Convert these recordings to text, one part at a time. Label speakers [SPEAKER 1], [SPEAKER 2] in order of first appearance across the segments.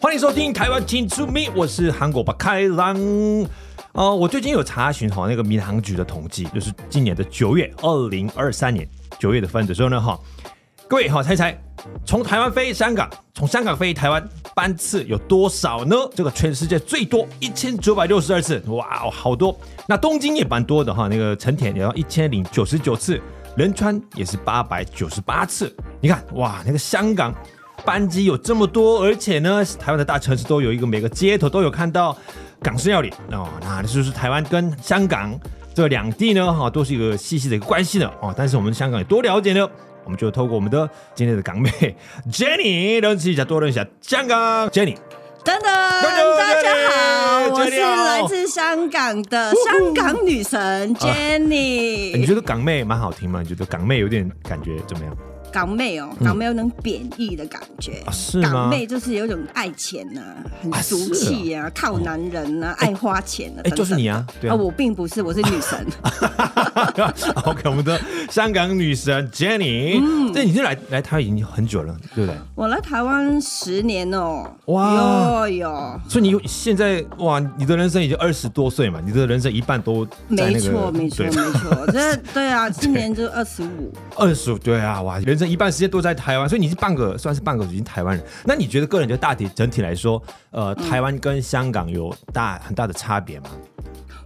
[SPEAKER 1] 欢迎收听台湾金珠咪，我是韩国巴开朗。呃，我最近有查询哈那个民航局的统计，就是今年的九月，二零二三年九月的份的时候呢，哈，各位哈猜猜，从台湾飞香港，从香港飞台湾班次有多少呢？这个全世界最多一千九百六十二次，哇哦，好多。那东京也蛮多的哈，那个成田也要一千零九十九次，仁川也是八百九十八次。你看，哇，那个香港。班机有这么多，而且呢，台湾的大城市都有一个，每个街头都有看到港式料理哦。那这就是台湾跟香港这两地呢，哈、都是一个细细的一个关系的哦。但是我们香港有多了解呢？我们就透过我们的今天的港妹 Jenny 认识一下，多认识一下香 港哎 Jenny。
[SPEAKER 2] 等等，
[SPEAKER 1] 噔
[SPEAKER 2] 大家好，我
[SPEAKER 1] 这里
[SPEAKER 2] 是来自香港的香港女神
[SPEAKER 1] 啊哎你
[SPEAKER 2] Jenny。
[SPEAKER 1] 觉得港妹蛮好听吗？你觉得港妹有点感觉怎么样？
[SPEAKER 2] 港妹哦，港妹有种贬义的感觉
[SPEAKER 1] 嗯啊，是吗
[SPEAKER 2] 港妹就是有种爱钱呐，很
[SPEAKER 1] 啊
[SPEAKER 2] 俗气啊，靠男人呐，爱花钱啊，
[SPEAKER 1] 哎、
[SPEAKER 2] 等等
[SPEAKER 1] 就是你啊，对
[SPEAKER 2] 啊，
[SPEAKER 1] 啊。
[SPEAKER 2] 我并不是，我是女 神。
[SPEAKER 1] OK，我们的香港女神 Jenny，这、
[SPEAKER 2] 嗯
[SPEAKER 1] 你是来来台湾已经很久了，对不对？
[SPEAKER 2] 我来台湾十年哦，
[SPEAKER 1] 哇
[SPEAKER 2] 哟哟，
[SPEAKER 1] 所以你有现在哇，你的人生已经二十多岁嘛，你的人生一半都在那个
[SPEAKER 2] 没错没错
[SPEAKER 1] 对
[SPEAKER 2] 没错，这 对啊，今年就二十五。
[SPEAKER 1] 二十对啊，哇，人生一半时间都在台湾，所以你是半个算是半个已经台湾人。那你觉得个人的大体整体来说，呃，台湾跟香港有大很大的差别吗？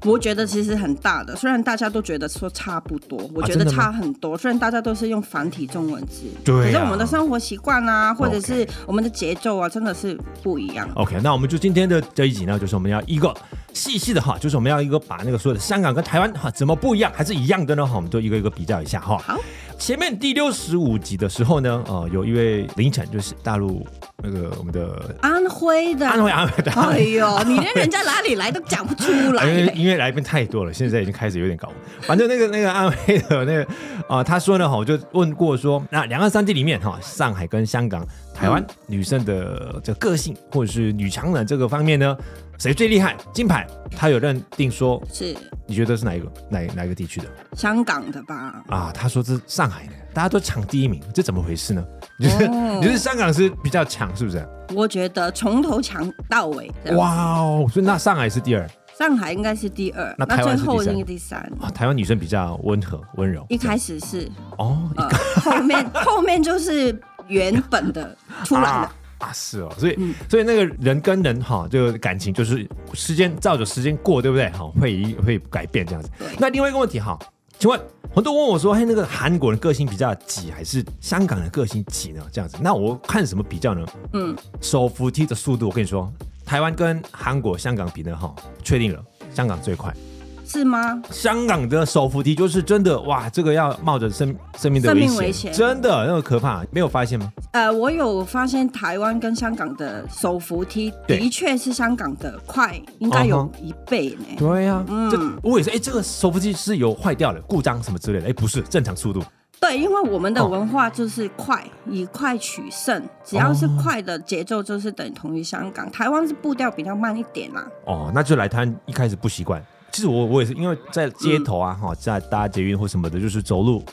[SPEAKER 2] 我觉得其实很大的，虽然大家都觉得说差不多，我
[SPEAKER 1] 啊
[SPEAKER 2] 觉得
[SPEAKER 1] 真的吗
[SPEAKER 2] 差很多。虽然大家都是用繁体中文字，
[SPEAKER 1] 对啊
[SPEAKER 2] 可是我们的生活习惯啊，或者是我们的节奏啊，真的是不一样。
[SPEAKER 1] OK，那我们就今天的这一集呢，就是我们要一个细细的哈，就是我们要一个把那个所有的香港跟台湾哈怎么不一样，还是一样的呢？哈，我们都一个一个比较一下哈。
[SPEAKER 2] 好，
[SPEAKER 1] 前面第六十五集的时候呢，呃，有一位凌晨就是大陆那个我们的
[SPEAKER 2] 安徽的，
[SPEAKER 1] 安徽安徽的。
[SPEAKER 2] 哎呦，你连人家哪里来都讲不出来、
[SPEAKER 1] 因哎为因为来宾太多了，现在已经开始有点搞混。反正那个那个安徽的那个啊、他说呢哈，我就问过说，那两岸三地里面哈，上海跟香港、台湾、女生的这个个性或者是女强人这个方面呢，谁最厉害？金牌，他有认定说，
[SPEAKER 2] 是
[SPEAKER 1] 你觉得是哪一个哪哪一个地区的
[SPEAKER 2] 香港的吧？
[SPEAKER 1] 啊？他说这是上海的，大家都抢第一名，这怎么回事呢？你觉得、
[SPEAKER 2] 哦
[SPEAKER 1] 你觉得香港是比较强，是不是？
[SPEAKER 2] 我觉得从头强到尾。哇，
[SPEAKER 1] 哇哦，所以那上海是第二
[SPEAKER 2] 上海应该是第二，
[SPEAKER 1] 那台湾
[SPEAKER 2] 最
[SPEAKER 1] 是
[SPEAKER 2] 后
[SPEAKER 1] 第三
[SPEAKER 2] 应该第三。
[SPEAKER 1] 啊，台湾女生比较温和温柔
[SPEAKER 2] 一开始是，
[SPEAKER 1] 哦，
[SPEAKER 2] 呃，后面后面就是原 本的出来了嗯
[SPEAKER 1] 啊。啊，是哦，所以、所以那个人跟人哈，这个感情就是时间照着时间过，对不对？哈，会会改变这样子
[SPEAKER 2] 对。
[SPEAKER 1] 那另外一个问题哈，请问很多人问我说，嘿，那个韩国人个性比较急，还是香港人个性急呢？这样子，那我看什么比较呢？
[SPEAKER 2] 嗯，
[SPEAKER 1] 手扶梯的速度，我跟你说，台湾跟韩国、香港比呢，哈，确定了，香港最快。
[SPEAKER 2] 嗯是吗？
[SPEAKER 1] 香港的手扶梯就是真的哇，这个要冒着生生命的
[SPEAKER 2] 生
[SPEAKER 1] 危
[SPEAKER 2] 命
[SPEAKER 1] 险，
[SPEAKER 2] 危险
[SPEAKER 1] 真的那个可怕，没有发现吗？
[SPEAKER 2] 呃，我有发现台湾跟香港的手扶梯
[SPEAKER 1] 对嗯
[SPEAKER 2] 的确是香港的快，应该有一倍呢。
[SPEAKER 1] 对呀、
[SPEAKER 2] 嗯
[SPEAKER 1] 这我也是，哎、这个手扶梯是有坏掉了、故障什么之类的，哎、不是正常速度，
[SPEAKER 2] 对，因为我们的
[SPEAKER 1] 哦
[SPEAKER 2] 文化就是快，以快取胜，只要是快的节奏，就是等同于香港。台湾是步调比较慢一点啦。
[SPEAKER 1] 哦，那就来台湾一开始不习惯。其实我我也是，因为在街头啊，
[SPEAKER 2] 嗯
[SPEAKER 1] 哈、在搭捷运或什么的，就是走路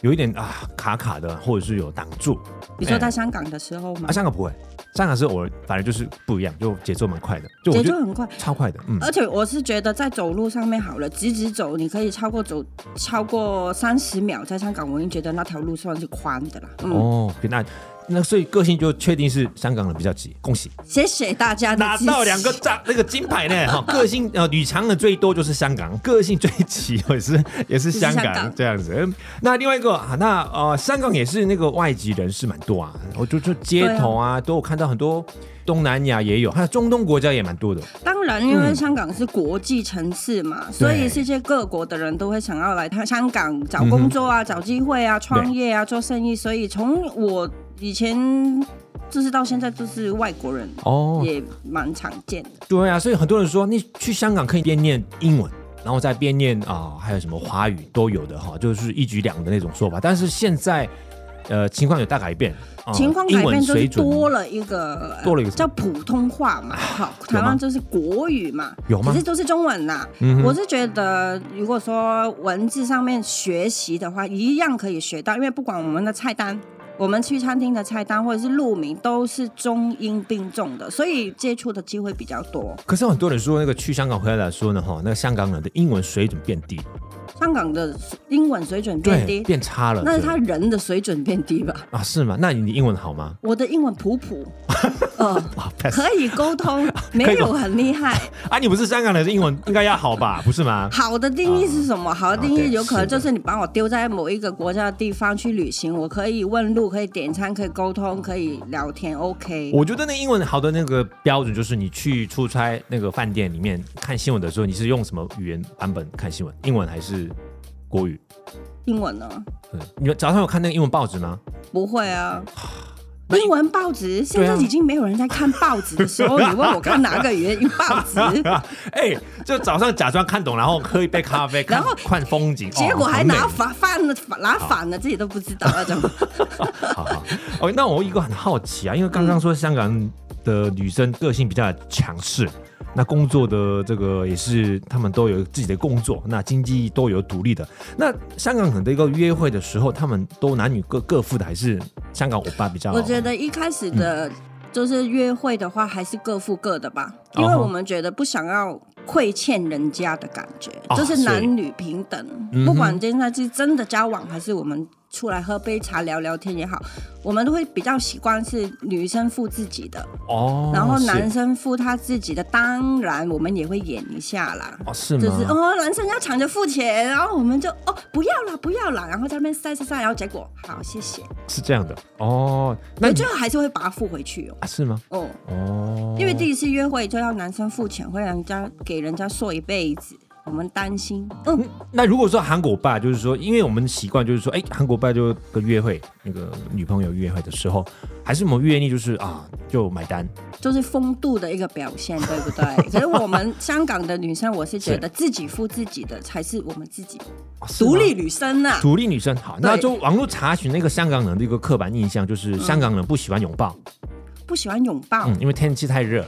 [SPEAKER 1] 有一点啊卡卡的，或者是有挡住。
[SPEAKER 2] 你说
[SPEAKER 1] 哎
[SPEAKER 2] 在香港的时候吗
[SPEAKER 1] 啊，？香港不会，香港是我反正就是不一样，就节奏蛮快的，就我
[SPEAKER 2] 节
[SPEAKER 1] 觉
[SPEAKER 2] 奏
[SPEAKER 1] 得
[SPEAKER 2] 很快，
[SPEAKER 1] 超快的，嗯，
[SPEAKER 2] 而且我是觉得在走路上面好了，直直走，你可以超过走超过三十秒，在香港我已经觉得那条路算是宽的啦。嗯，
[SPEAKER 1] 哦，那那所以个性就确定是香港人比较急，恭喜
[SPEAKER 2] 谢谢大家的
[SPEAKER 1] 拿
[SPEAKER 2] 支
[SPEAKER 1] 到
[SPEAKER 2] 持
[SPEAKER 1] 两个赞那个金牌 呢！哈，个性呃女强人最多就是香港，个性最齐也是 也是香
[SPEAKER 2] 也是香
[SPEAKER 1] 港
[SPEAKER 2] 港
[SPEAKER 1] 这样子。嗯那另外一个啊，那呃香港也是那个外籍人士蛮多啊，我就就街头啊都有看到很多东南亚也有，还有中东国家也蛮多的。
[SPEAKER 2] 当然，因为香港是国际城市嘛，所以世界各国的人都会想要来他香港找工作啊、找机会啊、创业啊、做生意。所以从我以前就是到现在，就是外国人
[SPEAKER 1] 哦，
[SPEAKER 2] 也蛮常见的。
[SPEAKER 1] 对啊，所以很多人说你去香港可以边念英文，然后再边念啊、还有什么华语都有的哈，就是一举两的那种说法。但是现在呃情况有大改变，啊
[SPEAKER 2] 情况改
[SPEAKER 1] 英
[SPEAKER 2] 变
[SPEAKER 1] 文
[SPEAKER 2] 就是
[SPEAKER 1] 水准啊
[SPEAKER 2] 多了一个，呃
[SPEAKER 1] 多了一个啊
[SPEAKER 2] 叫普通话嘛，好，
[SPEAKER 1] 有吗
[SPEAKER 2] 台湾就是国语嘛，
[SPEAKER 1] 有吗
[SPEAKER 2] 可是都是中文啦。
[SPEAKER 1] 嗯哼
[SPEAKER 2] 我是觉得，如果说文字上面学习的话，一样可以学到，因为不管我们的菜单。我们去餐厅的菜单或者是路名都是中英并重的，所以接触的机会比较多。
[SPEAKER 1] 可是很多人说，那个去香港回来来说呢，哈，那个香港人的英文水准变低，
[SPEAKER 2] 香港的英文水准变低，
[SPEAKER 1] 变差了。
[SPEAKER 2] 那是他人的水准变低吧？
[SPEAKER 1] 啊，是吗？那你英文好 吗？
[SPEAKER 2] 我的英文普 普，呃，
[SPEAKER 1] 啊，pass
[SPEAKER 2] 可以沟通，没
[SPEAKER 1] 可以沟
[SPEAKER 2] 有很厉害。
[SPEAKER 1] 啊，你不是香港人，英文应该要好 吧？不是吗？
[SPEAKER 2] 好的定义是什么？好的定
[SPEAKER 1] 啊对
[SPEAKER 2] 义有可能就是是你把我丢在某一个国家的地方去旅行，我可以问路，可以点餐，可以沟通，可以聊天，OK。
[SPEAKER 1] 我觉得那英文好的那个标准就是你去出差那个饭店里面看新闻的时候，你是用什么语言版本看新闻？英文还是国语？
[SPEAKER 2] 英文呢？
[SPEAKER 1] 嗯，你们早上有看那个英文报纸吗？
[SPEAKER 2] 不会啊。
[SPEAKER 1] 那
[SPEAKER 2] 英文报纸现
[SPEAKER 1] 对啊
[SPEAKER 2] 在已经没有人在看报纸的时候，你问我看哪个语言报纸，
[SPEAKER 1] 哎、就早上假装看懂，然后喝一杯咖啡，看
[SPEAKER 2] 然后
[SPEAKER 1] 看风景，
[SPEAKER 2] 结果
[SPEAKER 1] 哦
[SPEAKER 2] 还
[SPEAKER 1] 很美
[SPEAKER 2] 拿反反了，拿反了，自己都不知道啊那种。
[SPEAKER 1] 好好，哦，那我一个很好奇啊，因为刚
[SPEAKER 2] 嗯
[SPEAKER 1] 刚说香港的女生个性比较强势，那工作的这个也是她们都有自己的工作，那经济都有独立的。那香港很多一个约会的时候，他们都男女各各付的，还是香港欧巴比较？
[SPEAKER 2] 我觉得一开始
[SPEAKER 1] 嗯
[SPEAKER 2] 的，就是约会的话，还是各付各的吧，因为
[SPEAKER 1] 哦吼
[SPEAKER 2] 我们觉得不想要愧欠人家的感觉，
[SPEAKER 1] 哦
[SPEAKER 2] 就是
[SPEAKER 1] 是
[SPEAKER 2] 男女平等，
[SPEAKER 1] 嗯哼
[SPEAKER 2] 不管现在是真的交往，还是我们出来喝杯茶聊聊天也好，我们都会比较习惯是女生付自己的，
[SPEAKER 1] 哦，
[SPEAKER 2] 然后男
[SPEAKER 1] 是
[SPEAKER 2] 生付他自己的，当然我们也会演一下啦。
[SPEAKER 1] 哦是吗？
[SPEAKER 2] 就是哦，男生要抢着付钱，然后我们就哦不要啦，不要啦，然后在那边塞塞塞，然后结果好谢谢，
[SPEAKER 1] 是这样的哦，那
[SPEAKER 2] 我
[SPEAKER 1] 你
[SPEAKER 2] 最后还是会把它付回去哦。
[SPEAKER 1] 啊是吗？
[SPEAKER 2] 哦，
[SPEAKER 1] 哦，
[SPEAKER 2] 因为第一次约会就要男生付钱，会让人家给人家说一辈子，我们担心。嗯，
[SPEAKER 1] 那如果说韩国爸，就是说，因为我们习惯就是说，哎，韩国爸就跟约会那个女朋友约会的时候，还是我们愿意就是啊，就买单。
[SPEAKER 2] 就是风度的一个表现，对不 对？可是我们香港的女生，我是觉得自己付自己的才是我们自己
[SPEAKER 1] 啊是吗
[SPEAKER 2] 独立女生啊呐、
[SPEAKER 1] 独立女生好，那
[SPEAKER 2] 对
[SPEAKER 1] 就网络查询那个香港人的一个刻板印象，就是香港人不喜欢拥抱，
[SPEAKER 2] 不喜欢拥抱，
[SPEAKER 1] 嗯，因为天气太热。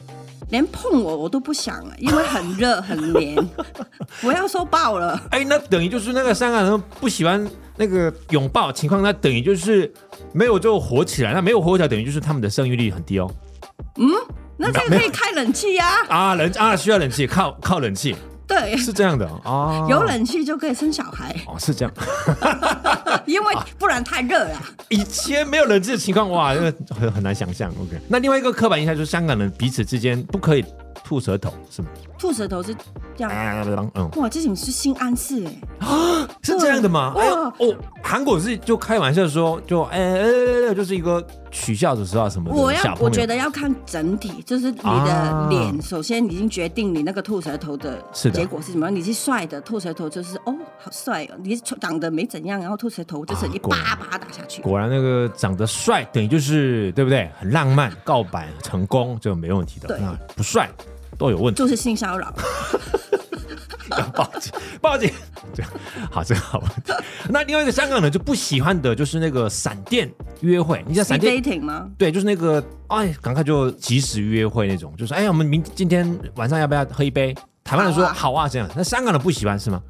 [SPEAKER 2] 连碰我我都不想了，因为很热很 黏。我要说爆了，
[SPEAKER 1] 哎，那等于就是那个香港人不喜欢那个拥抱情况，那等于就是没有就火起来，那没有火起来，等于就是他们的生育率很低哦。
[SPEAKER 2] 那这个可以开冷气呀、
[SPEAKER 1] 啊，人啊需要冷气，靠靠冷气
[SPEAKER 2] 对，
[SPEAKER 1] 是这样的哦，
[SPEAKER 2] 有冷气就可以生小孩，
[SPEAKER 1] 哦是这样。
[SPEAKER 2] 因
[SPEAKER 1] 啊
[SPEAKER 2] 为不然太热啊了。
[SPEAKER 1] 以前没有人质的情况，哇， 那个很很难想象。OK，那另外一个刻板印象就是香港人彼此之间不可以吐舌头，是吗？
[SPEAKER 2] 吐舌头是这样，
[SPEAKER 1] 嗯，
[SPEAKER 2] 哇，这种是性暗示哎。
[SPEAKER 1] 是这样的吗？
[SPEAKER 2] 嗯哇
[SPEAKER 1] 哎呦，哦，韩国是就开玩笑说，就哎哎哎，哎就是一个取笑的时候啊什么的。
[SPEAKER 2] 我
[SPEAKER 1] 小
[SPEAKER 2] 要，
[SPEAKER 1] 朋友
[SPEAKER 2] 我觉得要看整体，就是你
[SPEAKER 1] 啊
[SPEAKER 2] 的脸，首先已经决定你那个吐舌头的
[SPEAKER 1] 是的
[SPEAKER 2] 结果是什么。你是帅的，吐舌头就是哦，好帅哦；你是长得没怎样，然后吐舌头就是
[SPEAKER 1] 啊
[SPEAKER 2] 一
[SPEAKER 1] 果
[SPEAKER 2] 巴巴打下去。
[SPEAKER 1] 果然那个长得帅，等于就是对不对？很浪漫，告白成功，这个没问题的。
[SPEAKER 2] 对
[SPEAKER 1] 那不帅都有问题。
[SPEAKER 2] 就是性骚扰，
[SPEAKER 1] 要报警， 报警！这样好，这个好问题。那另外一个香港人就不喜欢的就是那个闪电约会，你知道 闪电
[SPEAKER 2] speed dating 吗？
[SPEAKER 1] 对，就是那个哎，赶快就及时约会那种，就是哎，我们明今天晚上要不要喝一杯？台湾人说
[SPEAKER 2] 好啊
[SPEAKER 1] 好啊，这样。那香港人不喜欢是吗？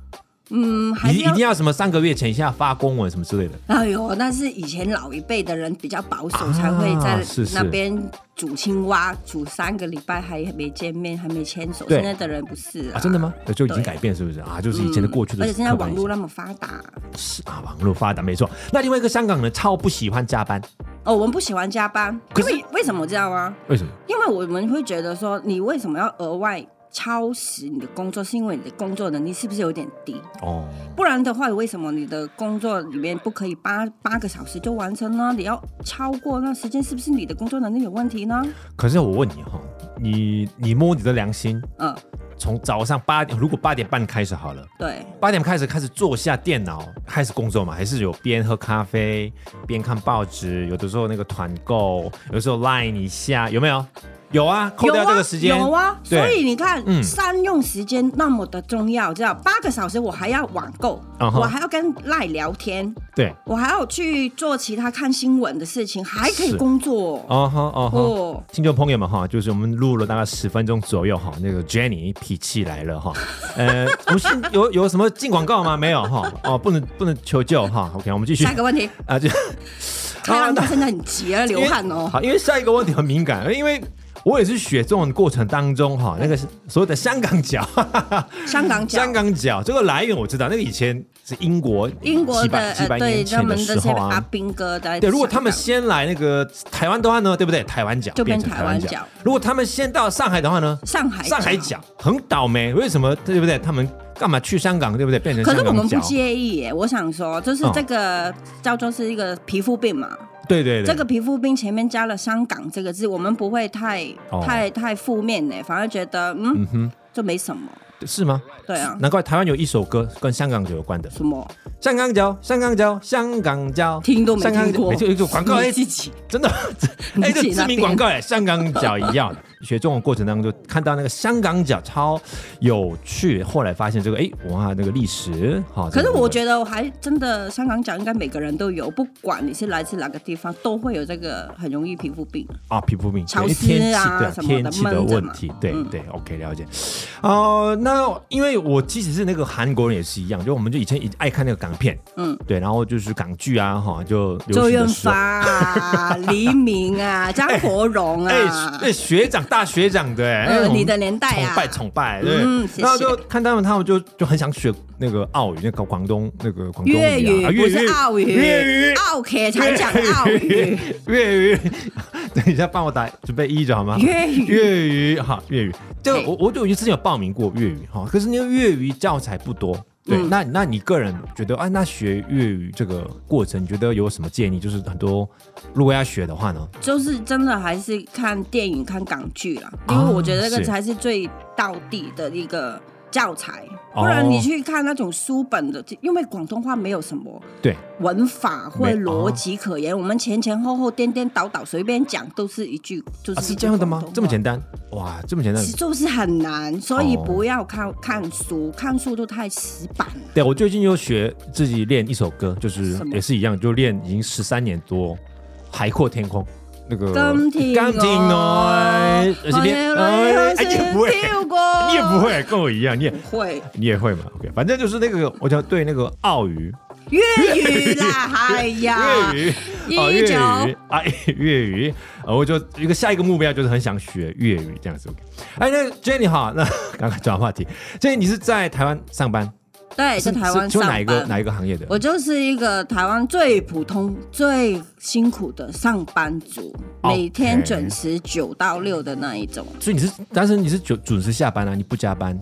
[SPEAKER 2] 嗯，还
[SPEAKER 1] 一
[SPEAKER 2] 是
[SPEAKER 1] 一定
[SPEAKER 2] 要。
[SPEAKER 1] 要什么三个月前一下发公文什么之类的。
[SPEAKER 2] 哎呦，那是以前老一辈的人比较保守，
[SPEAKER 1] 啊
[SPEAKER 2] 才会在
[SPEAKER 1] 是是
[SPEAKER 2] 那边煮青蛙，煮三个礼拜还没见面，还没牵手。
[SPEAKER 1] 对
[SPEAKER 2] 现在的人不是
[SPEAKER 1] 啊，真的
[SPEAKER 2] 吗？
[SPEAKER 1] 吗？就已经
[SPEAKER 2] 对
[SPEAKER 1] 改变是不是啊？就是以前的过去的
[SPEAKER 2] 而且现在
[SPEAKER 1] 刻板
[SPEAKER 2] 网
[SPEAKER 1] 印
[SPEAKER 2] 络
[SPEAKER 1] 象、
[SPEAKER 2] 那么发达，
[SPEAKER 1] 是啊，网络发达没错。那另外一个香港人超不喜欢加班，
[SPEAKER 2] 哦，我们不喜欢加班，
[SPEAKER 1] 可
[SPEAKER 2] 因
[SPEAKER 1] 是
[SPEAKER 2] 为为什么啊知道吗？
[SPEAKER 1] 为什么？
[SPEAKER 2] 因为我们会觉得说，你为什么要额外超时你的工作？是因为你的工作能力是不是有点低？
[SPEAKER 1] 哦，
[SPEAKER 2] 不然的话，为什么你的工作里面不可以八八个小时就完成呢？你要超过那时间，是不是你的工作能力有问题呢？
[SPEAKER 1] 可是我问你哈、你你摸你的良心，
[SPEAKER 2] 嗯，
[SPEAKER 1] 从早上八点，如果八点半开始好了。
[SPEAKER 2] 对，
[SPEAKER 1] 八点开始开始坐下电脑开始工作嘛，还是有边喝咖啡边看报纸，有的时候那个团购，有时候 line 一下，有没有？有啊，扣
[SPEAKER 2] 有
[SPEAKER 1] 掉这
[SPEAKER 2] 啊
[SPEAKER 1] 个时间，
[SPEAKER 2] 有啊。
[SPEAKER 1] 对
[SPEAKER 2] 所以你看，
[SPEAKER 1] 嗯
[SPEAKER 2] 三用时间那么的重要，知道八个小时我还要网购
[SPEAKER 1] 啊哈
[SPEAKER 2] 我还要跟赖聊天，
[SPEAKER 1] 对，
[SPEAKER 2] 我还要去做其他看新闻的事情，还可以
[SPEAKER 1] 是
[SPEAKER 2] 工作。
[SPEAKER 1] 哦哈哦哈。
[SPEAKER 2] 哦，
[SPEAKER 1] 听众朋友们哈，就是我们录了大概十分钟左右哈，那个 Jenny 脾气来了哈，呃，我们是有有什么进广告吗？没有哈，哦，不能不能求救哈，OK，我们继续
[SPEAKER 2] 下一个问题，
[SPEAKER 1] 啊，就
[SPEAKER 2] 太阳到现在很急啊，流汗哦。
[SPEAKER 1] 好，因为下一个问题很敏感，因为我也是雪中的过程当中哈，那个是所谓的香港脚，
[SPEAKER 2] 香港 脚，
[SPEAKER 1] 香港脚这个来源我知道，那个以前是英国，
[SPEAKER 2] 英国
[SPEAKER 1] 几
[SPEAKER 2] 的
[SPEAKER 1] 百几
[SPEAKER 2] 呃，
[SPEAKER 1] 百
[SPEAKER 2] 对
[SPEAKER 1] 年
[SPEAKER 2] 他
[SPEAKER 1] 前
[SPEAKER 2] 们
[SPEAKER 1] 时
[SPEAKER 2] 这些
[SPEAKER 1] 候
[SPEAKER 2] 阿
[SPEAKER 1] 啊。
[SPEAKER 2] 兵哥在
[SPEAKER 1] 对，如果他们
[SPEAKER 2] 香港
[SPEAKER 1] 先来那个台湾的话呢，对不对？台湾脚
[SPEAKER 2] 就变
[SPEAKER 1] 成台
[SPEAKER 2] 台湾
[SPEAKER 1] 脚
[SPEAKER 2] 脚。
[SPEAKER 1] 如果他们先到上海的话呢，
[SPEAKER 2] 上海
[SPEAKER 1] 上海脚很倒霉，为什么？对不对？他们干嘛去香港？对不对？变成
[SPEAKER 2] 可
[SPEAKER 1] 香
[SPEAKER 2] 是我
[SPEAKER 1] 港
[SPEAKER 2] 们不
[SPEAKER 1] 脚。嗯
[SPEAKER 2] 介意耶，我想说，就是这个叫做是一个皮肤病嘛，
[SPEAKER 1] 对对对，
[SPEAKER 2] 这个皮肤病前面加了“香港”这个字，我们不会太、
[SPEAKER 1] 哦
[SPEAKER 2] 太太负面呢，反而觉得嗯，就没什么。
[SPEAKER 1] 是吗？
[SPEAKER 2] 对啊，
[SPEAKER 1] 难怪台湾有一首歌跟香港脚有关的，
[SPEAKER 2] 什么
[SPEAKER 1] 香港脚，香港脚，香港脚，
[SPEAKER 2] 听都没
[SPEAKER 1] 香港
[SPEAKER 2] 听过
[SPEAKER 1] 脚就就广告哎
[SPEAKER 2] 你，自己
[SPEAKER 1] 真的，哎，
[SPEAKER 2] 你自
[SPEAKER 1] 这
[SPEAKER 2] 己
[SPEAKER 1] 知
[SPEAKER 2] 那
[SPEAKER 1] 名
[SPEAKER 2] 边
[SPEAKER 1] 广告哎，香港脚一样。 学中文过程当中看到那个香港脚超有趣，后来发现这个哎，哇，那个历史好。
[SPEAKER 2] 可是我
[SPEAKER 1] 得
[SPEAKER 2] 觉得，我还真的香港脚应该每个人都有，不管你是来自哪个地方，都会有这个很容易皮肤病。
[SPEAKER 1] 啊，皮肤病，
[SPEAKER 2] 潮
[SPEAKER 1] 因为
[SPEAKER 2] 湿
[SPEAKER 1] 天气
[SPEAKER 2] 啊
[SPEAKER 1] 对
[SPEAKER 2] 什么的
[SPEAKER 1] 天气的
[SPEAKER 2] 闷着
[SPEAKER 1] 问
[SPEAKER 2] 嘛
[SPEAKER 1] 题，对
[SPEAKER 2] 嗯
[SPEAKER 1] 对，OK，了解。哦，那因为我即使是那个韩国人也是一样，就我们就以前一爱看那个港片，
[SPEAKER 2] 嗯，
[SPEAKER 1] 对，然后就是港剧啊，哈，就流
[SPEAKER 2] 周
[SPEAKER 1] 行
[SPEAKER 2] 润
[SPEAKER 1] 的时
[SPEAKER 2] 发
[SPEAKER 1] 候。
[SPEAKER 2] 啊，黎明啊，张国荣
[SPEAKER 1] 哎
[SPEAKER 2] 啊，
[SPEAKER 1] 哎，学长大学长对，哎
[SPEAKER 2] 呃
[SPEAKER 1] 我们
[SPEAKER 2] 你的年代啊
[SPEAKER 1] 崇拜崇拜，对，
[SPEAKER 2] 嗯谢谢
[SPEAKER 1] 然后就看他们，他们就就很想学那个澳语，那个广东那个广东
[SPEAKER 2] 粤
[SPEAKER 1] 语
[SPEAKER 2] 语
[SPEAKER 1] 啊啊，
[SPEAKER 2] 不是澳语，
[SPEAKER 1] 粤语，
[SPEAKER 2] 澳 K 才讲澳语，
[SPEAKER 1] 粤语。 等一下，帮我打准备一着好吗？
[SPEAKER 2] 粤语
[SPEAKER 1] 粤语哈，粤语，这个
[SPEAKER 2] 嘿
[SPEAKER 1] 我我就已经之前有报名过粤语哈，可是那个粤语教材不多。对，
[SPEAKER 2] 嗯
[SPEAKER 1] 那那你个人觉得啊，那学粤语这个过程，你觉得有什么建议？就是很多如果要学的话呢，
[SPEAKER 2] 就是真的还是看电影、看港剧啦，
[SPEAKER 1] 啊
[SPEAKER 2] 因为我觉得那
[SPEAKER 1] 是
[SPEAKER 2] 个才是最到地的一个教材。
[SPEAKER 1] 哦
[SPEAKER 2] 不然你去看那种书本的，因为广东话没有什么
[SPEAKER 1] 对，
[SPEAKER 2] 文法或
[SPEAKER 1] 没哦
[SPEAKER 2] 逻辑可言，我们前前后后、颠颠倒倒、随便讲都是一句，就是、
[SPEAKER 1] 啊是这样的吗？这么
[SPEAKER 2] 单？
[SPEAKER 1] 简单？哇，这么简单
[SPEAKER 2] 是？就是很难，所以
[SPEAKER 1] 哦
[SPEAKER 2] 不要看、看书，看书都太死板了。
[SPEAKER 1] 对，我最近又学自己练一首歌，就是
[SPEAKER 2] 什么
[SPEAKER 1] 也是一样，就练已经十三年多，《海阔天空》那个
[SPEAKER 2] 钢琴，
[SPEAKER 1] 钢琴哦，而且练哎，哎你也不会，
[SPEAKER 2] 跳过，
[SPEAKER 1] 你也不会，跟我一样，你也
[SPEAKER 2] 会
[SPEAKER 1] 你也会嘛？OK，反正就是那个，我想对那个澳语、
[SPEAKER 2] 粤 语啦，哎呀，
[SPEAKER 1] 粤语、
[SPEAKER 2] 一
[SPEAKER 1] 哦粤
[SPEAKER 2] 九
[SPEAKER 1] 语啊粤语，呃我就一个下一个目标就是很想学粤语这样子。OK，哎，那 Jenny 哈，那刚刚转话题，Jenny 你是在台湾上班？
[SPEAKER 2] 对，
[SPEAKER 1] 是
[SPEAKER 2] 在台湾
[SPEAKER 1] 是就
[SPEAKER 2] 上
[SPEAKER 1] 哪一个
[SPEAKER 2] 班。
[SPEAKER 1] 哪一个行业的？
[SPEAKER 2] 我就是一个台湾最普通、最辛苦的上班族，
[SPEAKER 1] OK
[SPEAKER 2] 每天准时九到六的那一种，
[SPEAKER 1] 所以你是，但是你是准准时下班啊，你不加班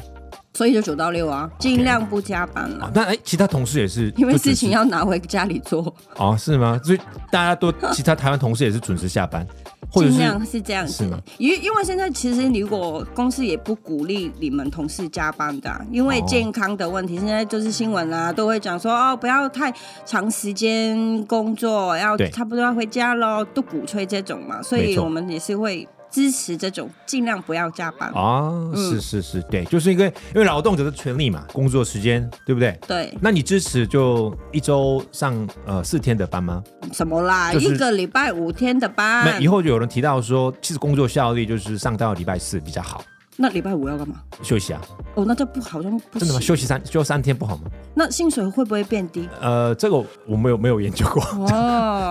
[SPEAKER 2] 所以就九到六啊，尽量不加班了、
[SPEAKER 1] 啊？那哎，其他同事也是，
[SPEAKER 2] 因为
[SPEAKER 1] 就准
[SPEAKER 2] 事
[SPEAKER 1] 时
[SPEAKER 2] 情要拿回家里做，
[SPEAKER 1] 哦，是吗？所以大家都其他台湾同事也是准时下班，或者
[SPEAKER 2] 尽
[SPEAKER 1] 是
[SPEAKER 2] 量是这样
[SPEAKER 1] 是
[SPEAKER 2] 子
[SPEAKER 1] 吗。
[SPEAKER 2] 因因为现在其实如果公司也不鼓励你们同事加班的啊、因为
[SPEAKER 1] 哦
[SPEAKER 2] 健康的问题，现在就是新闻啦、都会讲说哦，不要太长时间工作，要
[SPEAKER 1] 对
[SPEAKER 2] 差不多要回家咯，都鼓吹这种嘛，所
[SPEAKER 1] 没
[SPEAKER 2] 以
[SPEAKER 1] 错
[SPEAKER 2] 我们也是会支持这种，尽量不要加班。
[SPEAKER 1] 啊，是是是，对，就是因为因为劳动者的权利嘛，工作时间对不对？
[SPEAKER 2] 对，
[SPEAKER 1] 那你支持就一周上呃四天的班吗？
[SPEAKER 2] 什么啦，
[SPEAKER 1] 就是
[SPEAKER 2] 一个礼拜五天的
[SPEAKER 1] 那
[SPEAKER 2] 班
[SPEAKER 1] 以，后就有人提到说，其实工作效率就是上到礼拜四比较好，
[SPEAKER 2] 那礼拜五要干嘛？
[SPEAKER 1] 休息啊，
[SPEAKER 2] 哦，那这不好像不
[SPEAKER 1] 真的吗？
[SPEAKER 2] 行。
[SPEAKER 1] 休息三休三天不好吗？
[SPEAKER 2] 那薪水会不会变低？
[SPEAKER 1] 呃，这个我没有没有研究过，
[SPEAKER 2] 哦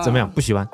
[SPEAKER 1] 怎么样？不喜欢？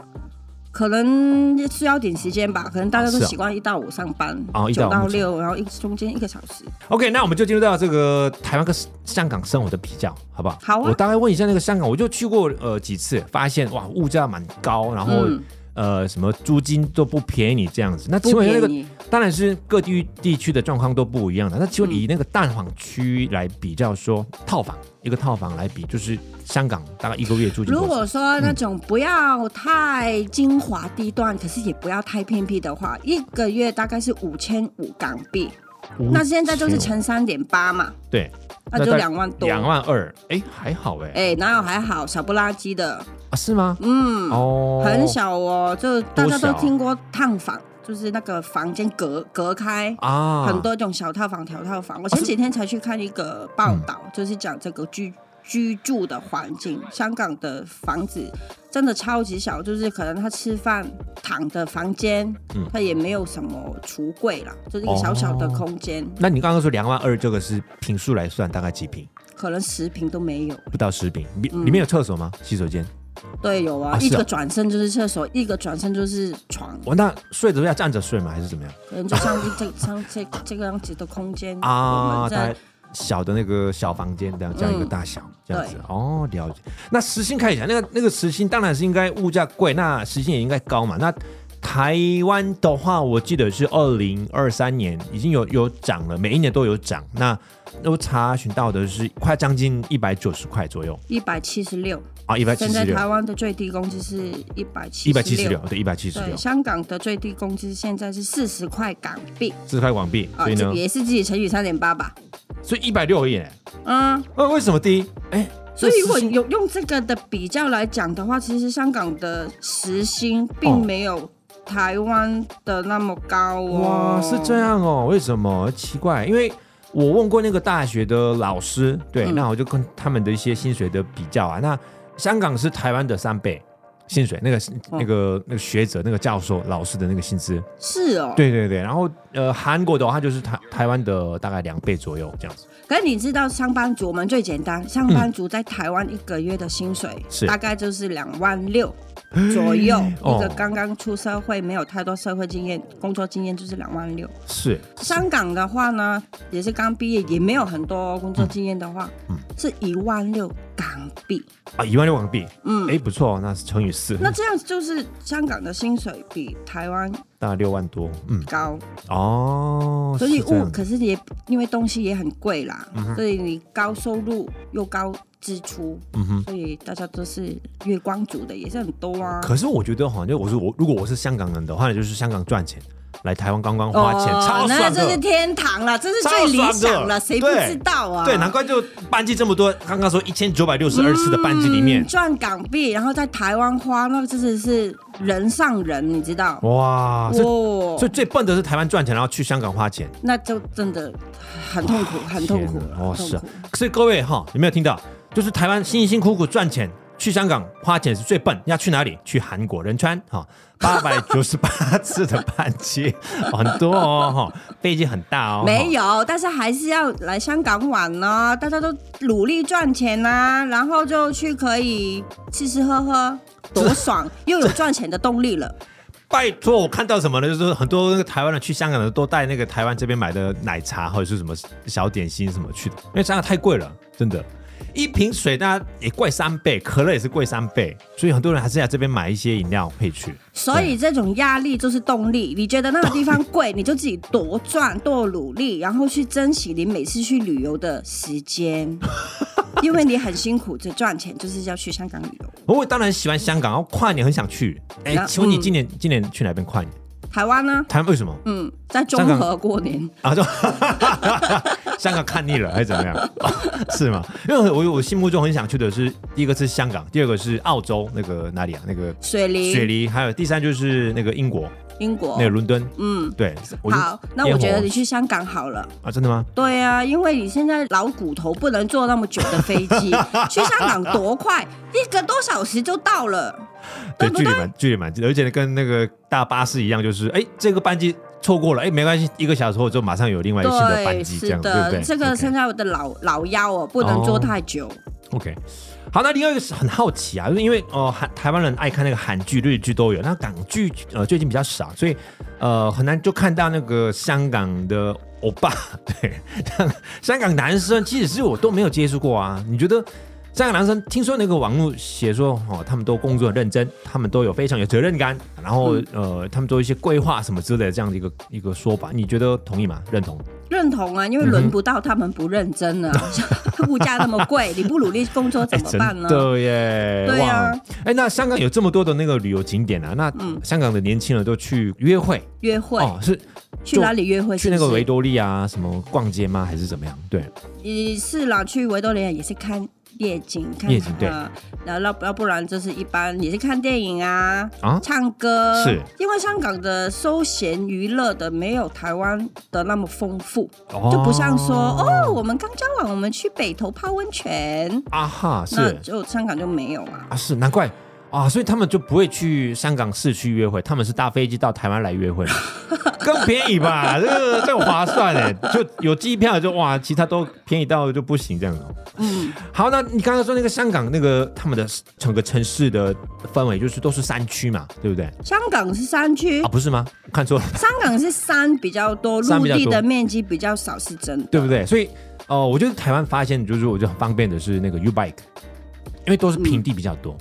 [SPEAKER 2] 可能需要点时间吧，可能大家
[SPEAKER 1] 啊
[SPEAKER 2] 都
[SPEAKER 1] 是啊
[SPEAKER 2] 习惯一到五上班，
[SPEAKER 1] 哦一到
[SPEAKER 2] 九
[SPEAKER 1] 五
[SPEAKER 2] 到六，然后一中间一个小时。
[SPEAKER 1] OK，那我们就进入到这个台湾跟香港生活的比较，好不好？
[SPEAKER 2] 好啊
[SPEAKER 1] 我大概问一下那个香港，我就去过呃几次，发现哇物价蛮高，然后、
[SPEAKER 2] 嗯
[SPEAKER 1] 呃什么租金都不便宜这样子。那请问一下那
[SPEAKER 2] 不
[SPEAKER 1] 个
[SPEAKER 2] 便宜，
[SPEAKER 1] 当然是各地域地区的状况都不一样的。那请问
[SPEAKER 2] 嗯
[SPEAKER 1] 以那个蛋黄区来比较说，套房一个套房来比，就是香港大概一个月租金多
[SPEAKER 2] 如
[SPEAKER 1] 少
[SPEAKER 2] 果说那种不要太精华地段，可是也不要太偏僻的话，一个月大概是五千五港币，
[SPEAKER 1] 五
[SPEAKER 2] 那现在就是
[SPEAKER 1] 千
[SPEAKER 2] 乘三点八嘛，
[SPEAKER 1] 对，
[SPEAKER 2] 那就
[SPEAKER 1] 大概
[SPEAKER 2] 两万多。
[SPEAKER 1] 两万二，哎还好哎、
[SPEAKER 2] 哎，哪有还好，小不拉几的，
[SPEAKER 1] 啊是吗？
[SPEAKER 2] 嗯，
[SPEAKER 1] 哦，
[SPEAKER 2] 很小哦，就大
[SPEAKER 1] 多
[SPEAKER 2] 家都
[SPEAKER 1] 小啊
[SPEAKER 2] 听过烫房，就是那个房间隔隔开，
[SPEAKER 1] 啊，
[SPEAKER 2] 很多种小套房、条套房。我前几天才去看一个报道，
[SPEAKER 1] 嗯
[SPEAKER 2] 就是讲这个居居住的环境，香港的房子真的超级小，就是可能他吃饭躺的房间
[SPEAKER 1] 嗯，
[SPEAKER 2] 他也没有什么橱柜啦，就是一个小小的空间，
[SPEAKER 1] 那你刚刚说两万二这个是平数来算，大概几平？
[SPEAKER 2] 可能十平都没有。嗯
[SPEAKER 1] 不到十平。里里面有厕所吗？洗手间？
[SPEAKER 2] 对，有啊，
[SPEAKER 1] 啊
[SPEAKER 2] 一
[SPEAKER 1] 是啊
[SPEAKER 2] 个转身就是厕所，一个转身就是床，
[SPEAKER 1] 我那睡着要站着睡吗？还是怎么样
[SPEAKER 2] 可能就像这这 像这这个样子的空间我
[SPEAKER 1] 啊？
[SPEAKER 2] 们
[SPEAKER 1] 大概
[SPEAKER 2] 在
[SPEAKER 1] 小的那个小房间这样，这样一个大小、这样子哦，了解。那时薪看一下，那个那个时薪当然是应该物价贵，那时薪也应该高嘛。那台湾的话，我记得是二零二三年已经有有涨了，每一年都有涨。那我查询到的是快将近一百九十块左右
[SPEAKER 2] 一百七十六，
[SPEAKER 1] 啊，一百七
[SPEAKER 2] 现
[SPEAKER 1] 十
[SPEAKER 2] 在
[SPEAKER 1] 六，
[SPEAKER 2] 台湾的最低工资是一百七
[SPEAKER 1] 一百七十六，，对，一百七十
[SPEAKER 2] 对，
[SPEAKER 1] 六，
[SPEAKER 2] 香港的最低工资现在是四十块港币
[SPEAKER 1] 四块港币。
[SPEAKER 2] 啊，
[SPEAKER 1] 所以呢
[SPEAKER 2] 这，也是自己乘以三点八吧，
[SPEAKER 1] 所以一百六而已耶。
[SPEAKER 2] 嗯。
[SPEAKER 1] 呃，为什么低？哎，
[SPEAKER 2] 所以，如果
[SPEAKER 1] 这时薪
[SPEAKER 2] 你有用这个的比较来讲的话，其实香港的时薪并没有台湾的那么高哦。
[SPEAKER 1] 哇，是这。样哦？为什么奇怪？因为我问过那个大学的老师，对，
[SPEAKER 2] 嗯
[SPEAKER 1] 那我就跟他们的一些薪水的比较啊。那香港是台湾的三倍薪水，那个、
[SPEAKER 2] 哦
[SPEAKER 1] 那个那个学者、那个教授、老师的那个薪资，
[SPEAKER 2] 是哦。。
[SPEAKER 1] 对对对。然后呃，韩国的话就是台台湾的大概两倍左右这样子。
[SPEAKER 2] 可是你知道，上班族我们最简单，上班族在台湾一个月的薪水
[SPEAKER 1] 嗯是
[SPEAKER 2] 大概就是两万 六左右，
[SPEAKER 1] 哦
[SPEAKER 2] 一个刚刚出社会没有太多社会经验、工作经验就是两万六。
[SPEAKER 1] 是
[SPEAKER 2] 香港的话呢，也是刚毕业，也没有很多工作经验的话，
[SPEAKER 1] 嗯
[SPEAKER 2] 是一万六港币。
[SPEAKER 1] 啊，一万六港币，
[SPEAKER 2] 嗯。
[SPEAKER 1] 哎，不错，那是乘以四，
[SPEAKER 2] 那这样就是香港的薪水比台湾
[SPEAKER 1] 大概六万多，嗯，
[SPEAKER 2] 高，
[SPEAKER 1] 哦，
[SPEAKER 2] 所以
[SPEAKER 1] 是这
[SPEAKER 2] 物
[SPEAKER 1] 样嗯
[SPEAKER 2] 可是也因为东西也很贵啦，所以你高收入又高支出，
[SPEAKER 1] 嗯哼。
[SPEAKER 2] 所以大家都是月光族的也是很多啊。
[SPEAKER 1] 可是我觉得哈，就我是我，如果我是香港人的话，就是香港赚钱，来台湾刚刚花钱，超
[SPEAKER 2] 哦那
[SPEAKER 1] 爽
[SPEAKER 2] 这是
[SPEAKER 1] 的。
[SPEAKER 2] 天堂了，这是最理想了，谁不知道啊？
[SPEAKER 1] 对，难怪就班机这么多。刚刚说一千九百六十二次的班机里面
[SPEAKER 2] 嗯，赚港币，然后在台湾花，那真的是人上人，你知道？
[SPEAKER 1] 哇！啊所以
[SPEAKER 2] 哦
[SPEAKER 1] 所以最笨的是台湾赚钱，然后去香港花钱，
[SPEAKER 2] 那就真的很痛苦，很痛苦
[SPEAKER 1] 天
[SPEAKER 2] 了
[SPEAKER 1] 哪哦，
[SPEAKER 2] 很
[SPEAKER 1] 是
[SPEAKER 2] 痛
[SPEAKER 1] 啊
[SPEAKER 2] 苦。
[SPEAKER 1] 所以各位哈，有没有听到？就是台湾辛辛苦苦赚钱，去香港花钱是最笨。要去哪里？去韩国仁川哈，八百九十八次的班机， 很多哦哈，飞机很大哦。哈
[SPEAKER 2] 没有，但是还是要来香港玩呢、大家都努力赚钱呐、然后就去可以吃吃喝喝，多 爽，又有赚钱的动力了。
[SPEAKER 1] 拜托，我看到什么呢？就是很多那个台湾人去香港的都带那个台湾这边买的奶茶或者是什么小点心什么去的，因为香港太贵了，真的。一瓶水大家也贵三倍，可乐也是贵三倍，所以很多人还是在这边买一些饮料配去。
[SPEAKER 2] 所以这种压力就是动力。你觉得那个地方贵， 你就自己多赚多努力，然后去珍惜你每次去旅游的 时间，因为你很辛苦的赚钱，就是要去香港旅游。
[SPEAKER 1] 我当然喜欢香港，然后跨年很想去。哎、
[SPEAKER 2] 那
[SPEAKER 1] 请问你
[SPEAKER 2] 嗯
[SPEAKER 1] 今年、今年去哪边跨年？
[SPEAKER 2] 台湾呢？
[SPEAKER 1] 台湾为什么？
[SPEAKER 2] 嗯，在中
[SPEAKER 1] 香港
[SPEAKER 2] 和过年，
[SPEAKER 1] 啊，就香港看腻了还是怎么样？啊是吗？因为我我心目中很想去的是，第一个是香港，第二个是澳洲那个哪里啊？那个
[SPEAKER 2] 水梨，
[SPEAKER 1] 雪梨，还有第三就是那个英国，
[SPEAKER 2] 英国
[SPEAKER 1] 那个。伦敦。
[SPEAKER 2] 嗯，
[SPEAKER 1] 对，我就
[SPEAKER 2] 好，那
[SPEAKER 1] 烟
[SPEAKER 2] 我
[SPEAKER 1] 火
[SPEAKER 2] 觉得你去香港好了。
[SPEAKER 1] 啊，真的吗？
[SPEAKER 2] 对啊，因为你现在老骨头不能坐那么久的飞 机，去香港多快，一个多小时就到了，
[SPEAKER 1] 对，
[SPEAKER 2] 对不
[SPEAKER 1] 距离
[SPEAKER 2] 对？
[SPEAKER 1] 蛮距离蛮近，而且跟那个大巴士一样，就是哎，这个班机错过了，哎，没关系，一个小时后就马上有另外一个新的班
[SPEAKER 2] 对，
[SPEAKER 1] 机，这
[SPEAKER 2] 是
[SPEAKER 1] 样对不
[SPEAKER 2] 的，
[SPEAKER 1] 对？
[SPEAKER 2] 这个现在我的老老腰哦，不能坐太久。
[SPEAKER 1] OK。OK 好，那第二个是很好奇啊，就是因为呃，韩台湾人爱看那个韩剧、日剧都有，那港剧呃最近比较少，所以呃很难就看到那个香港的欧巴， 对，香香港男生其实是我都没有接触过啊。你觉得香港男生听说那个网络写说哦，他们都工作很认真，他们都有非常有责任感，然后、呃，他们都有一些规划什么之类的这样的一个一个说法，你觉得同意吗？认同？
[SPEAKER 2] 认同啊，因为轮不到他们不认真啊， 物价那么贵，你不努力工 作怎么
[SPEAKER 1] 哦哎真
[SPEAKER 2] 办呢？
[SPEAKER 1] 的耶，
[SPEAKER 2] 对啊
[SPEAKER 1] 哇，哎，那香港有这么多的那个旅游景点啊，那香港的年轻人都去约会
[SPEAKER 2] 约嗯会、
[SPEAKER 1] 哦，是
[SPEAKER 2] 去哪里约会
[SPEAKER 1] 去
[SPEAKER 2] 是不
[SPEAKER 1] 那
[SPEAKER 2] 是？
[SPEAKER 1] 个维多利亚啊什么逛街吗？还是怎么样？对，
[SPEAKER 2] 也是啦，去维多利亚也是看夜景，看
[SPEAKER 1] 夜景对
[SPEAKER 2] 呃，然后要要不然就是一般也是看电影啊，
[SPEAKER 1] 啊
[SPEAKER 2] 唱歌
[SPEAKER 1] 是，
[SPEAKER 2] 因为香港的休闲娱乐的没有台湾的那么丰富，
[SPEAKER 1] 哦
[SPEAKER 2] 就不像说哦，我们刚交往，我们去北头泡温泉，
[SPEAKER 1] 啊哈，
[SPEAKER 2] 那
[SPEAKER 1] 是
[SPEAKER 2] 就香港就没有啊。
[SPEAKER 1] 啊，是难怪啊，所以他们就不会去香港市区约会，他们是搭飞机到台湾来约会嘛，更便宜吧，这个这个划算哎，就有机票就哇，其他都便宜到就不行这样哦。
[SPEAKER 2] 嗯，
[SPEAKER 1] 好，那你刚刚说那个香港那个他们的整个城市的氛围就是都是山区嘛，对不对？啊，
[SPEAKER 2] 香港是山区，
[SPEAKER 1] 不是吗？我看错了，
[SPEAKER 2] 香港是山比较多，
[SPEAKER 1] 哦山
[SPEAKER 2] 陆
[SPEAKER 1] 比较多
[SPEAKER 2] 地的面积比较少，是真的。
[SPEAKER 1] 对不对？所以哦、呃我觉得台湾发现就是我觉得很方便的是那个 U Bike，因为都是平地比较多。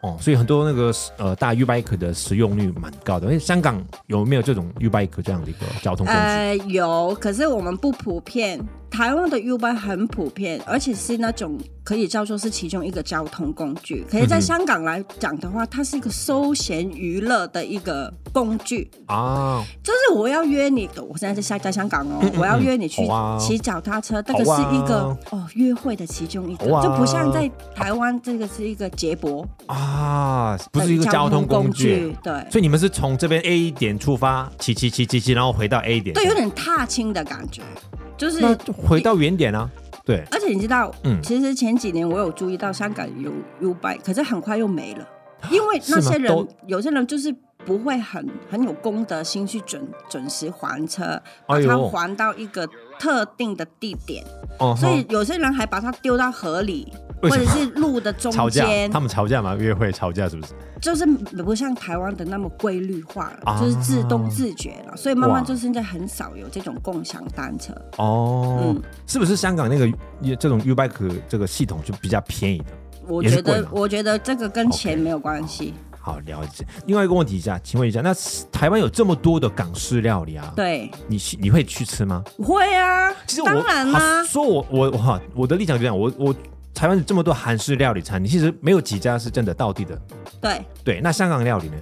[SPEAKER 1] 哦，所以很多那个呃大 U bike 的使用率蛮高的，而且香港有没有这种 U bike 这样的一个交通工具？
[SPEAKER 2] 呃，有，可是我们不普遍。台湾的 U 班很普遍，而且是那种可以叫做是其中一个交通工具。可是，
[SPEAKER 1] 嗯
[SPEAKER 2] 在香港来讲的话，它是一个休闲娱乐的一个工具。
[SPEAKER 1] 啊，
[SPEAKER 2] 就是我要约你，我现在在香在香港哦，我要约你去
[SPEAKER 1] 嗯好啊
[SPEAKER 2] 骑脚踏车，这个
[SPEAKER 1] 好啊
[SPEAKER 2] 是一个、哦约会的其中一个，
[SPEAKER 1] 好啊
[SPEAKER 2] 就不像在台湾这个是一个结帛，
[SPEAKER 1] 啊，不是一个交通工
[SPEAKER 2] 呃
[SPEAKER 1] 具。，
[SPEAKER 2] 对。
[SPEAKER 1] 所以你们是从这边 A 点出发，骑骑骑骑骑，然后回到 A 点。
[SPEAKER 2] 对，有点踏青的感觉，就是
[SPEAKER 1] 那就回到原点啊。对，
[SPEAKER 2] 而且你知道，
[SPEAKER 1] 嗯
[SPEAKER 2] 其实前几年我有注意到香港有 U bike，可是很快又没了，因为那些
[SPEAKER 1] 啊是吗
[SPEAKER 2] 人有些人就是不会很很有公德心去准准时还车，把
[SPEAKER 1] 哎
[SPEAKER 2] 它
[SPEAKER 1] 呦
[SPEAKER 2] 还到一个特定的地点，
[SPEAKER 1] 哦，
[SPEAKER 2] 所以有些人还把它丢到河里。
[SPEAKER 1] 为
[SPEAKER 2] 或
[SPEAKER 1] 什
[SPEAKER 2] 者
[SPEAKER 1] 么
[SPEAKER 2] 是路的中
[SPEAKER 1] 吵架，
[SPEAKER 2] 间
[SPEAKER 1] 他，们吵架嘛，约会吵架是不是？
[SPEAKER 2] 就是不像台湾的那么规律化了，
[SPEAKER 1] 啊
[SPEAKER 2] 就是自动自觉了，所以慢慢
[SPEAKER 1] 哇
[SPEAKER 2] 就现在很少有这种共享单车。
[SPEAKER 1] 哦
[SPEAKER 2] 嗯，
[SPEAKER 1] 是不是香港那个这种 U bike 这个系统就比较便宜的？
[SPEAKER 2] 我
[SPEAKER 1] 也是
[SPEAKER 2] 觉
[SPEAKER 1] 贵
[SPEAKER 2] 得
[SPEAKER 1] 嘛，
[SPEAKER 2] 我觉得这个跟钱
[SPEAKER 1] OK
[SPEAKER 2] 没有关系。
[SPEAKER 1] 好，了解。另外一个问题一下，请问一下，那台湾有这么多的港式料理啊，
[SPEAKER 2] 对，
[SPEAKER 1] 你你会去吃吗？
[SPEAKER 2] 会啊，
[SPEAKER 1] 其实我
[SPEAKER 2] 当然啊啦、
[SPEAKER 1] 好说我我我哈，我的立场就这样，我我台湾这么多韩式料理餐厅，其实没有几家是真的到地的。
[SPEAKER 2] 对，
[SPEAKER 1] 对，那香港料理呢？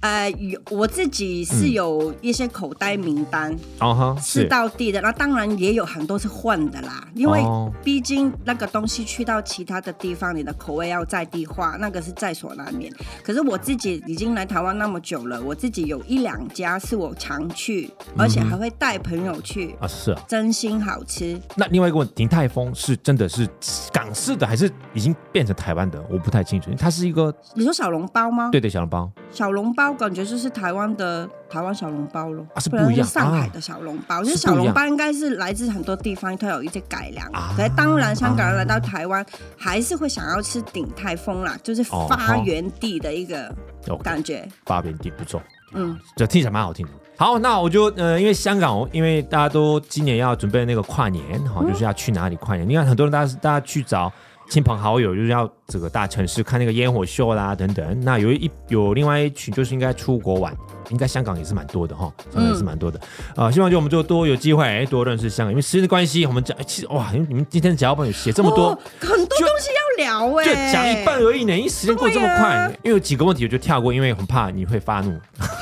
[SPEAKER 2] 呃，有我自己是有一些口袋名单、
[SPEAKER 1] 哦哈，
[SPEAKER 2] 是到地的，那当然也有很多是换的啦，因为
[SPEAKER 1] 哦
[SPEAKER 2] 毕竟那个东西去到其他的地方，你的口味要在地化，那个是在所难免。可是我自己已经来台湾那么久了，我自己有一两家是我常去，而
[SPEAKER 1] 嗯
[SPEAKER 2] 且还会带朋友去，
[SPEAKER 1] 啊是啊。
[SPEAKER 2] 真心好吃。
[SPEAKER 1] 那另外一个问题，鼎泰丰是真的是港式的，还是已经变成台湾的？我不太清楚。它是一个
[SPEAKER 2] 你说小笼包吗？
[SPEAKER 1] 对对小笼包，
[SPEAKER 2] 小笼包感觉就是台湾的台湾小笼包咯，
[SPEAKER 1] 啊是不
[SPEAKER 2] 不
[SPEAKER 1] 一样啊
[SPEAKER 2] 然就是上海的小笼包。就是
[SPEAKER 1] 是不
[SPEAKER 2] 小
[SPEAKER 1] 一样
[SPEAKER 2] 笼包应该是来自很多地方，它有一些改良。
[SPEAKER 1] 啊
[SPEAKER 2] 可是当然，香港人来到台湾还是会想要吃鼎泰丰
[SPEAKER 1] 啊
[SPEAKER 2] 啦，就是发源地的一个
[SPEAKER 1] 哦，
[SPEAKER 2] 感觉。
[SPEAKER 1] 发源地不错，
[SPEAKER 2] 嗯，
[SPEAKER 1] 这听起来蛮好听的。好，那我就呃，因为香港，因为大家都今年要准备那个跨年哈、就是要去哪里跨年？你看很多人大家大家去找亲朋好友，就是要这个大城市看那个烟火秀啦等等。那有一有另外一群就是应该出国玩，应该香港也是蛮多的哈，
[SPEAKER 2] 嗯
[SPEAKER 1] 香港也是蛮多的。啊、希望就我们就多有机会哎多认识香港，因为时间的关系，我们讲哎其实哇，你们今天只要帮你写这么多。
[SPEAKER 2] 哦很多
[SPEAKER 1] 就
[SPEAKER 2] 东西要聊哎、
[SPEAKER 1] 就讲一半而已呢，因为时间过得这么快，
[SPEAKER 2] 对啊
[SPEAKER 1] 因为有几个问题我就跳过，因为很怕你会发怒。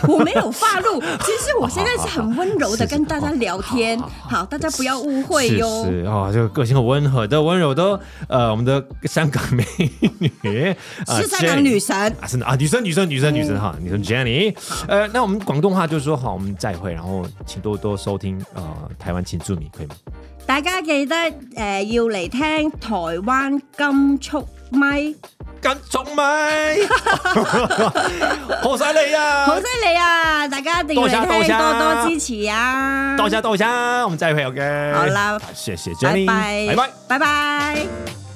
[SPEAKER 2] 我没有发怒，其实我现在是很温柔的
[SPEAKER 1] 是是
[SPEAKER 2] 跟大家聊天，
[SPEAKER 1] 好好好
[SPEAKER 2] 好，大家不要误会哟。
[SPEAKER 1] 是是哦，这个个性很温和的、温柔的，呃，我们的香港美女，呃
[SPEAKER 2] 是香港女嗯
[SPEAKER 1] Jenny
[SPEAKER 2] 神，
[SPEAKER 1] 啊，是的啊，女生女生女生女生哈，女生 Jenny，呃，那我们广东话就说好，我们再会，然后请多多收听呃台湾请注明可以吗？
[SPEAKER 2] 大家記得誒、呃要嚟聽台灣金速咪，
[SPEAKER 1] 跟從咪，好犀利
[SPEAKER 2] 好
[SPEAKER 1] 啊
[SPEAKER 2] 犀！利啊！大家一定要
[SPEAKER 1] 多謝多
[SPEAKER 2] 嚟聽，
[SPEAKER 1] 謝
[SPEAKER 2] 多多支持啊！
[SPEAKER 1] 多谢多谢，我们再会，OK。
[SPEAKER 2] 好啦
[SPEAKER 1] 啊，谢谢
[SPEAKER 2] 拜
[SPEAKER 1] Jenny，拜
[SPEAKER 2] 拜，
[SPEAKER 1] 拜。
[SPEAKER 2] 拜拜。